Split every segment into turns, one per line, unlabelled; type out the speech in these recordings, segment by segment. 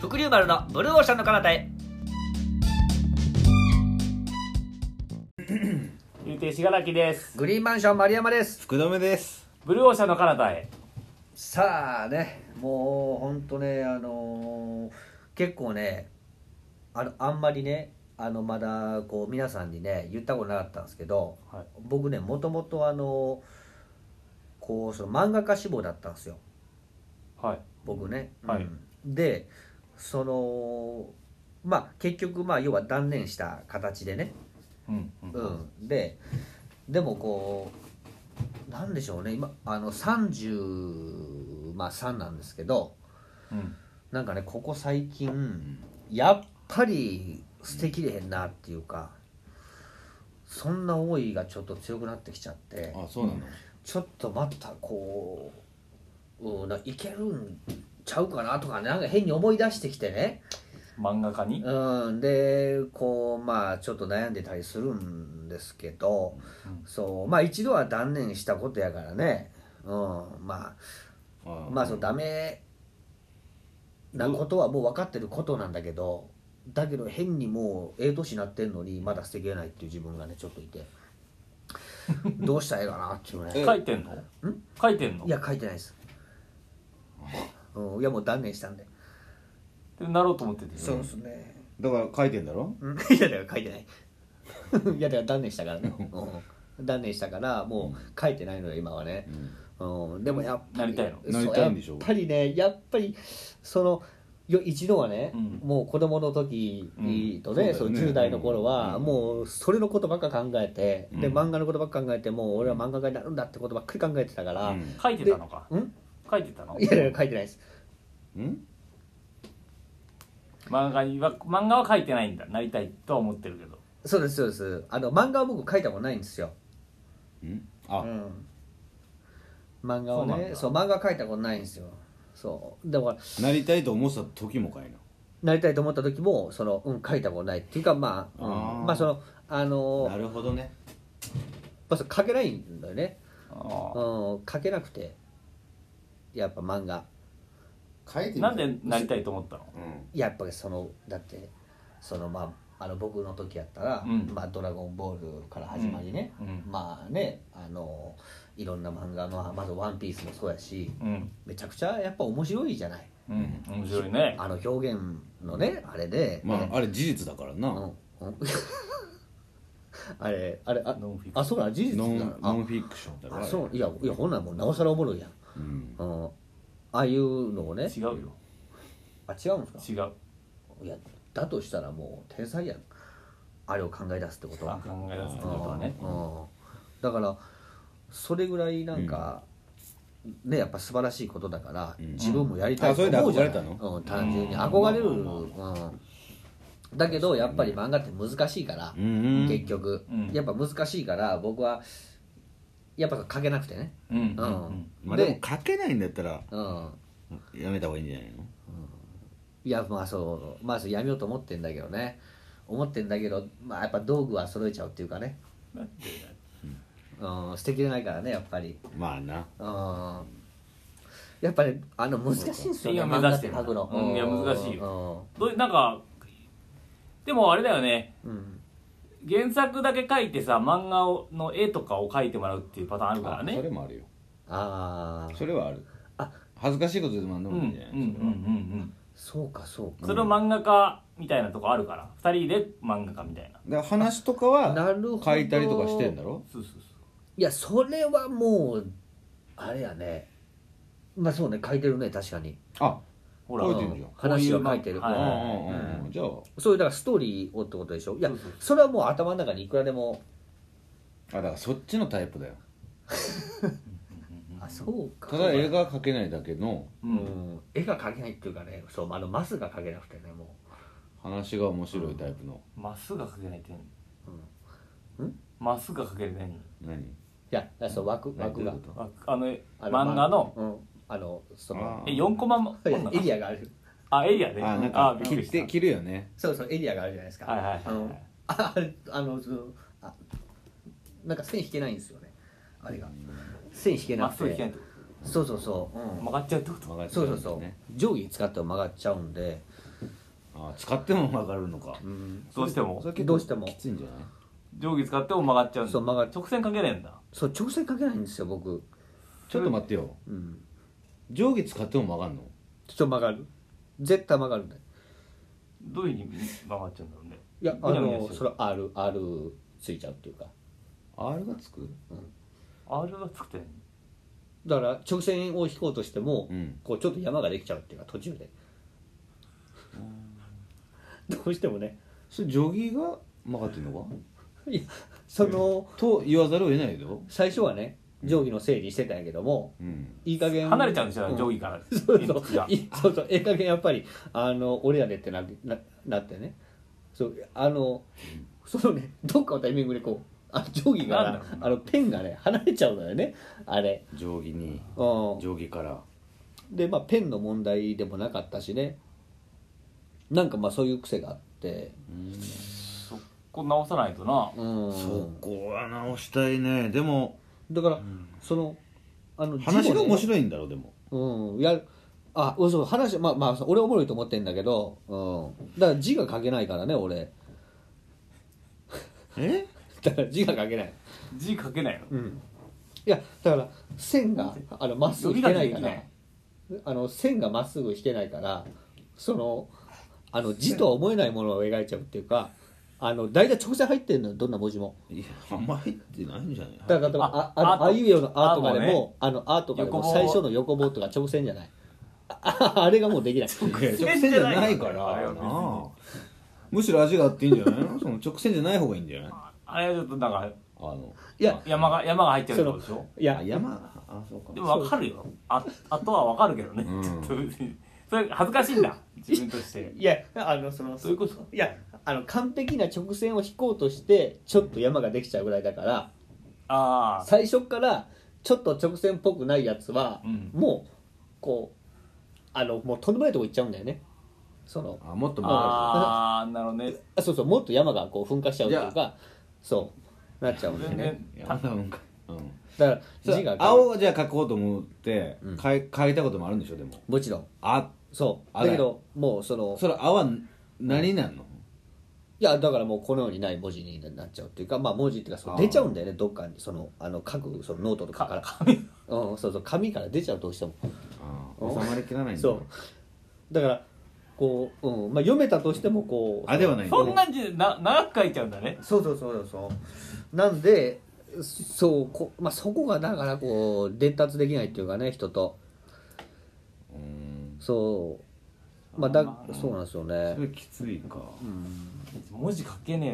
黒龍丸のブルーオーシャンの彼方 へ
ゆうていしがらきです
グリーンマンション丸山です
福留です
ブルーオーシャンの彼方へ
さあねもうほんとねあのー結構ねあのあんまりねあのまだこう皆さんにね言ったことなかったんですけど、
はい
僕ねもともとあのこうその漫画家志望だったんですよ
はい
僕ね、
はい
うんでそのまあ結局まあ要は断念した形でね、
うん
うん、ででもこうなんでしょうね今あの33、まあ、3なんですけど
うん
なんかねここ最近やっぱり捨てきれへんなっていうかそんな思いがちょっと強くなってきちゃって
あそうなの
ちょっとまたこう、うん、ないけるんちゃうかなとかねなんか変に思い出してきてね、
漫画家に
うん、でこうまあちょっと悩んでたりするんですけど、
うん
そうまあ一度は断念したことやからね、うん、まあまあそのダメなことはもう分かってることなんだけどだけど変にもうええ年になってんのにまだ捨てきれないっていう自分がねちょっとい てどうしたらええかなっていうね
え
書いてんの書いてんの
いや書いてないです、うん、いやもう断念したんで
ってなろうと思ってて
そうですね、
だから書いてんだろ
うん、いやだから書いてない いやだから断念したからね、うん、断念したからもう書いてないのよ今はね、うん、でもやっぱり
なりたい
のなりたいんでし
そう
ょ
やっぱりねやっぱりそのよ一度はね、
うん
もう子供の時とね,、
うん
そ
そうだよね
の10代の頃は、
うん
もうそれのことばっか考えて、で
うん
漫画のことばっか考えてもう俺は漫画家になるんだってことばっかり考えてたから、
うん
書いてたのか
うん、
書いてたの
いやいや書いてないです
うん
漫画には漫画は書いてないんだなりたいとは思ってるけど
そうですそうですあの漫画は僕書いたことないんですよ、
うん
う
あ
ん、漫画を
そうなん
ね
だ
そう漫画書いたことないんですよそうだから
なりたいと思ってた時もかいな
なりたいと思った時もその、うん、書いたことないっていうかまあ、うん
あー
まあそのあの
なるほどね
まあ、それ書けないんだよね、
あ
うん、書けなくてやっぱ漫画
書い
あなんでなりたいと思ったの
うん
やっぱりそのだってそのまああの僕の時やったら
う
「
ん
まあ、ドラゴンボール」から始まりね、
うん
まあねあのいろんな漫画のまず「ワンピースもそうやし
うん
めちゃくちゃやっぱ面白いじゃない
うん面白いね
あの表現のねあれで、
まああれ事実だから
うん
な
うん あれあれあ
ノンフィク
あそうなの事実
ノ
な
ン
の
ノ
あ
ンフィクションだから
あそういやいやほんならもうなおさらおもろいやん、
うん
うん、ああいうのをね
違うよ
あ違うんですか
違う
いやだとしたらもう天才やんあれを考え出すってこと
あ
は
考え出すってことはね
うんだからそれぐらいなんか、ねやっぱ素晴らしいことだから、
うん
自分もやりたい
あそれで
思うじゃない
憧れたの
うん、単純に
うん
憧れる、う
まあ
んだけどやっぱり漫画って難しいから、
うん
結局、
うん
やっぱ難しいから僕はやっぱ書けなくてね、
うんうん
う
うんん
まあでも書けないんだったら
うん、
やめた方がいいんじゃないの
いやまあそうまず、やめようと思ってんだけどね思ってんだけど、まあ、やっぱ道具は揃えちゃうっていうかね
だって
うん捨てきれないからねやっぱり
まあな
うんやっぱりあの難しいんですよね
そうか今目指してる
漫画って書くの
うんいや難しい
よ
どうなんかでもあれだよね
うんうん
原作だけ書いてさ漫画をの絵とかを描いてもらうっていうパターンあるから
あそ
ね
れもあるよ
ああ
それはある
あ
恥ずかしいことでもなんで
うんう
も
んう
いい
ん
んじゃないそれ
うん
そ
は
うかそう
うん
か
それを漫画家みたいなとこあるから2人で漫画家みたいな
だから話とか
なるほ
は
ど
書いたりとかしてんだろ
そうそうそう
いやそれはもうあれやねまあそうね書いてるね確かに
あ
ほら
書いてんじゃん
うん話は書いてる
こういう
う
ま
ん
は
うんうんうんじゃあ
そういうだからストーリーをってことでしょいや
そうそう
それはもう頭の中にいくらでも
あだからそっちのタイプだよ
あそうか
ただ映画は描けないだけの
う
うんん絵が描けないっていうかねそうあのマスが描けなくてねも
話が面白いタイプの
まっすぐは描けないって何
うんん
まっすぐは描ける何
何
ういやだからそう枠
何
枠が
どういうこ
わあの
あ
漫画の、
うん、あのその
あ
え4コマも
いやエリアがある
あエリア
と
ね
あなん
あ
か
びっく
切
り
っ
した
て切るよね
そうそうエリアがあるじゃないですか
はいはいはい
あのああれあのそのあなんか線引けないんですよねあれが線引け
ま
な
っすぐ
く
引けない
て
ってこ
そうそうそう、うん
と曲がっちゃうってこと
曲がっちゃ
そううんそ
だ
う
ね
そう上下使っても曲がっちゃうんで
あ使っても曲がるのか
うん、
どうしても
それ結構
どうしても
きついんじゃない
定規使っても曲がっちゃうんだ
そう曲がる
直線かけねえんだ
そう調整かけないんですよ僕、
ちょっと待ってよ
うん、
定規使っても曲がんの
ちょっと曲がる絶対曲がるね
どういうふうに曲がっちゃうんだろうね
いや
ぐ
あ
にゃぐにゃ
の
してる
それ R, R ついちゃうっていうか
R がつく
R がつくてんの
だから直線を引こうとしても、
うん
こうちょっと山ができちゃうっていうか途中でどうしてもね
それ定規が曲がってんのか
いやその
と言わざるを得ないよ
最初はね定規の整理してたんやけども
うん
いい加減
離れちゃうんですよ、
う
定規から
そうそ
鉛筆が
ういそうそうええ加減やっぱりあの俺やでってなななってねそうあのそのねどっかのタイミングでこうあ定規か
なん
ら
だろうな
あのペンがね離れちゃうのよねあれ
定規に
うん
定規から
でまあペンの問題でもなかったしねなんかまあそういう癖があって
そこ直さないとな
うん
そこは直したいねでも
だからそのあの
話が面
い
白いんだろうでも
うんやあそう話まあまあ俺おもろいと思ってんだけど、うん、だから字が書けないからね俺
え
だから字が書けない
字書けないの
うんいやだから線があのまっすぐ引けないからあの線がまっすぐ引けないからそのあの字とは思えないものを描いちゃうっていうかあの大体直線入ってるのよどんな文字も
いやあんま入ってないんじゃない
だから例えばあ
あ
あの
あ
あいうえおの「あ」
あ
とかで
もね
も「あ」の「あ」とかでも
横棒
最初の横棒とか直線じゃないあああれがもうできない
いや直線じゃないから
あれは別に
なむしろ味があっていいんじゃないのその直線じゃない方がいいんじゃないあ
あれはちょっとなんか
の
いや
山が山が入っちゃうってことでしょ
いや
あ山あそうか
でもわかるよああとはわかるけどね、
うん
ちょっと別に それ恥ずかしいんだ自分として
いやあのその
そういうこと
いやあの完璧な直線を引こうとしてちょっと山ができちゃうぐらいだから
ああ
最初からちょっと直線っぽくないやつは、
うん
もうこうあのもうとんでもないとこ行っちゃうんだよねその
あもっと曲が
ああなるほどね
あそうそうもっと山がこう噴火しちゃうっていうかそうなっちゃうんだよ
全
ね
然
る山田文化うん
だから
そ
字が
う
こう
青じゃあ書こうと思って
うん
書い書いたこともあるんでしょでも
もちろん
あ
そう
あ
だけどもうその
それ青は何なんの
いやだからもうこのようにない文字になっちゃうっていうかまあ文字っていうかそう
あー
出ちゃうんだよねどっかにそのあの書くそのノートとかからうん、そうそう紙から出ちゃうどうしても
あ
うん
ー収まりきらないんだ
そうだからこう、うんまあ、読めたとしてもこう
あではない
そんなんじな長く書いちゃうんだね
そうそうそうそうなんでそうこ、まあ、そこがだからこう伝達できないっていうかね人と
うん
そうまあだ
まあ
そうなんですよ
そ
ね
れきついか
文字書けね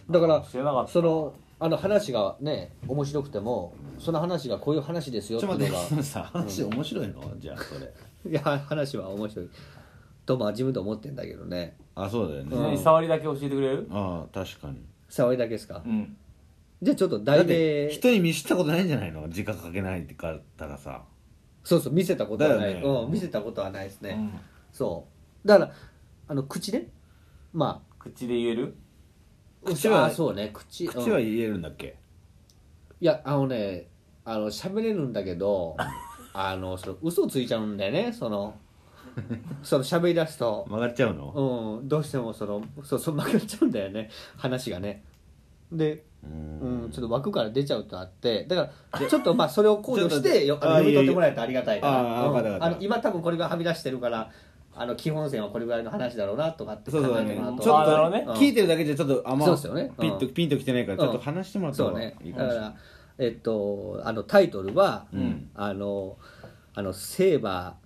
えん
だから
知らなかった
そのあの話がね面白くてもその話がこういう話です
ちょ
よ
っ
っ
と
ていう
待っ
の
て
が
その さ話面白いのじゃあそれ
いや話は面白いとまあ自分で思ってんだけどね
あそうだよ
ち
うん
なみ
ね
に触りだけ教えてくれる
ああ確かに
触りだけですか、
うん
じゃあちょっと
だ
題
って
名
人に見せたことないんじゃないの時間かけないってかったらさ
そうそう見せたことはな
だ
い、
よね
うん、見せたことはないです
う
ね、
ん
そうだからあの口でまあ
口で言える
口は
あそうね口
口は
うんい
言えるんだっけ
やあのねあの喋れるんだけ どあのその嘘ついちゃうんだよねそのその喋り出すと、
曲がっちゃうの
うん、どうしてもそのそうそう曲がっちゃうんだよね話がねで、
う
うん、ちょっ
っ
と枠から出ちゃうとあってだ からちょっとまあそれを考慮してよあの
あ
読み
いいよ
取ってもらえるとありがたいから
ああ
うん
わかったわか
あ
った
の今多分これがはみ出してるからあの基本線はこれぐらいの話だろうなとかって考
そうそう
え
だ
て
ね
もらうと
ちょっ
あなる
と
ほどね
聞いてるだけじゃちょっとあんま
そうっすよねうん
ピンとピンときてないからちょっと話してもらった
そ
方
う
がいい
ね
かもしれ
だか
ない
らえっとあのタイトルは、
うん
あのあのセーバ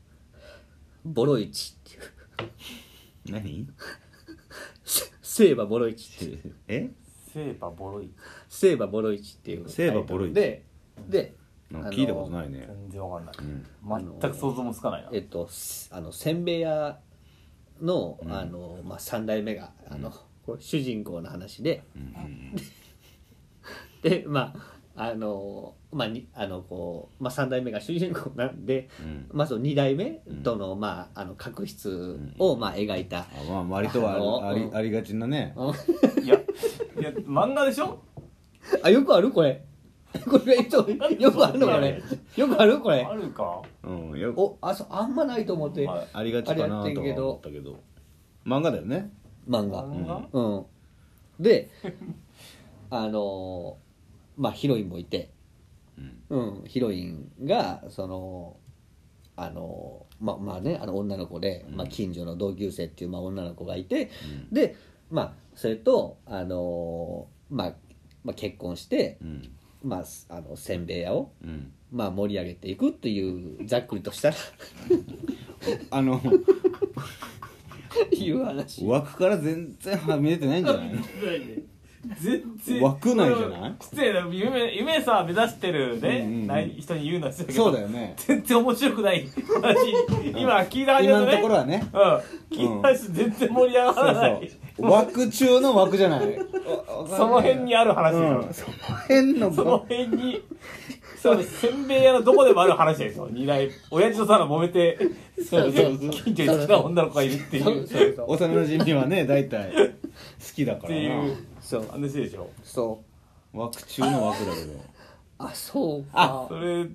ーボロイチっていう
何
セーバーボロイチ っていう
え
セーパーボロい
セーバーボロイチっていう
セーバーボロイチ
でで
なんか聞いたことないね
全然わかんない
うん
全く想像もつかないな
えっとあのせんべい屋の,、
うん
あのまあ、3代目があの、これ主人公の話で
うんうん
でまああのまあにあのこう、まあ、3代目が主人公なんで、
うん
まあ、その2代目
うん
との,、まあ、あの確執を、まあ、描いた
あまあ割とはあ
あの
あり
うん
ありがちなね
うん
いやいや漫画でしょ
あよくあるこれ これちょよくあるのこれよくあるこれ
あるか
うんよく
おあそうあんまないと思って
まあ
ありがちかなとは
ありがちやけど
思ったけど漫画だよね
漫画
漫画、
うんで あのーまあヒロインもいて、
うん
うん、ヒロインがそのあのーままあねあの女の子で、
うん
まあ、近所の同級生っていう、まあ、女の子がいてでまあそれとあのーまあまあ、結婚して、
うん
まあ、すあのせんべい屋を、
うん
まあ、盛り上げていくっていうざっくりとした
あの
いう話
枠から全然はみ出てないんじゃないの
全然
枠内じゃない
失礼だ夢夢さ目指してるね、
うんうんうん
ない人に言うのは失礼けど
そうだよね
全然面白くない 話今聞いた話
今
だ
の
ね
ところはね
うん聞いた話全然盛り上が
そ
ら
う
ない
そう枠中の枠じゃない
その辺にある話だよ、
うんその辺の
その辺にそうせんべい屋のどこでもある話ですよ二代親父とさら揉めて
そうそうそう
近所に好きな女の子がいるっていう
そうそうそう
幼馴染みはね大体好きだ
っ
から
てい
な
う話でしょ
そう
枠中の枠だけ ど
あそうか
あ
それ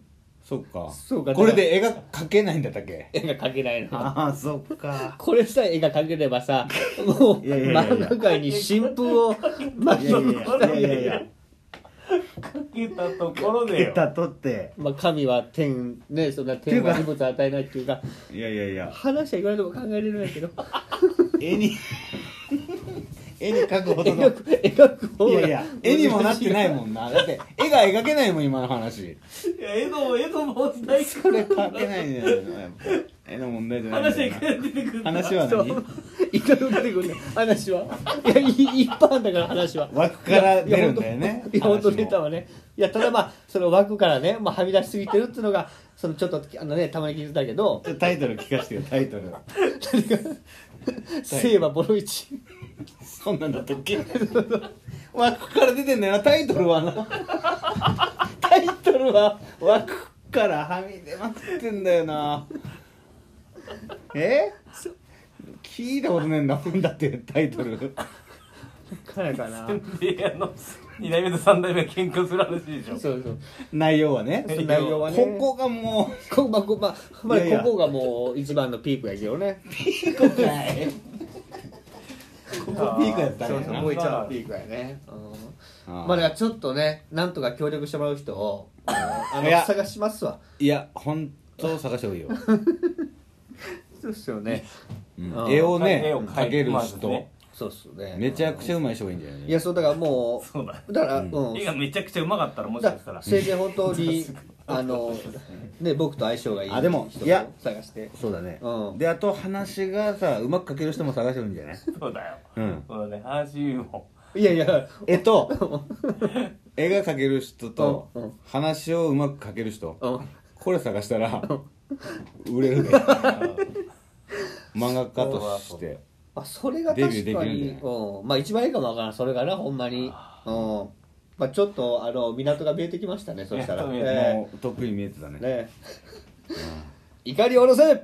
そっか
そうか
これで絵が描けないんだったっけ
絵が描けないの
ああそっか
これさえ絵が描ければ さもう
いやいやいやい
漫
や
画界に新風を巻
い
き
やいやいやいや
かけたところで
出
よ
たとって
まあ神は天ねそんな天は
っ
荷
ていうか
物与えないっていうか
いやいやいや
話は言われても考えれるんやけど
絵 に絵に描くほどの
描く描く方
い
が
やいや絵にもなってないもんなだって絵が描けないもん今の話
いや江戸江戸問題
それ描けないんじゃないのやっぱ絵の問題じゃない
話はいくら出てくるんだ
話は
そう
何
いかが出てくるの話はいやい一般だから話は
枠から出るんだよね
いや本当
話も
出たわねいやただまあその枠からね、まあ、はみ出しすぎてるっていうのがそのちょっとあのねたまに聞いてたけど
ちょっとタイトル聞かせてよタイトル
「聖はボロ一」
そんなんだったっけ枠から出てんだよなタイトルはなタイトルは枠からはみ出まくってんだよなえ聞いたことねえんだもんだってタイトル
かやかな
せんべい屋の2代目と3代目が喧嘩する話でしょ
そうそう
内容はね
その内容はね
ここがもう
こまあこまあまあ
いやいや
ここがもう一番のピークやけどね
ピーク かいここピークやったん
そ
や
うそう
な
もう一番のピークやね、うん
ああ
まあだからちょっとねなんとか協力してもらう人をあのあ
い
の
や
探しますわ
いや本当探した方がいいよ、
そうっすよね
うん
ああ
絵を
はい絵
ね
を描い
描ける
まず
人、
ね
そうっすよね
めちゃくち
ゃ
ゃうまい人がいいんじゃない
いやそうだからも
そうだ
うだから、う
うん
ん
絵がめちゃくちゃうまかったらもし
だ
か
か
したら
ら政治本当 にあのね僕と相性がいい人
あでも
を
いや
探して
そうだね、
うん
であと話がさうまく書ける人も探してるん じゃない
そうだよ
うん
そうだね話も
いやいや
絵と絵が描ける人と、
うんうん
話をうまく書ける人、
うん
これ探したら、売れ るで漫画家として
あそれが
デビュー
確
で
か
きるんじ
に
ゃない
うんまあ一番いいかもわからんそれがなほんまにうんまあちょっとあの港が見えてきましたねそした
や
ら
っと見えて
え
もう得意見えてたね
えねえ 怒りを下ろせ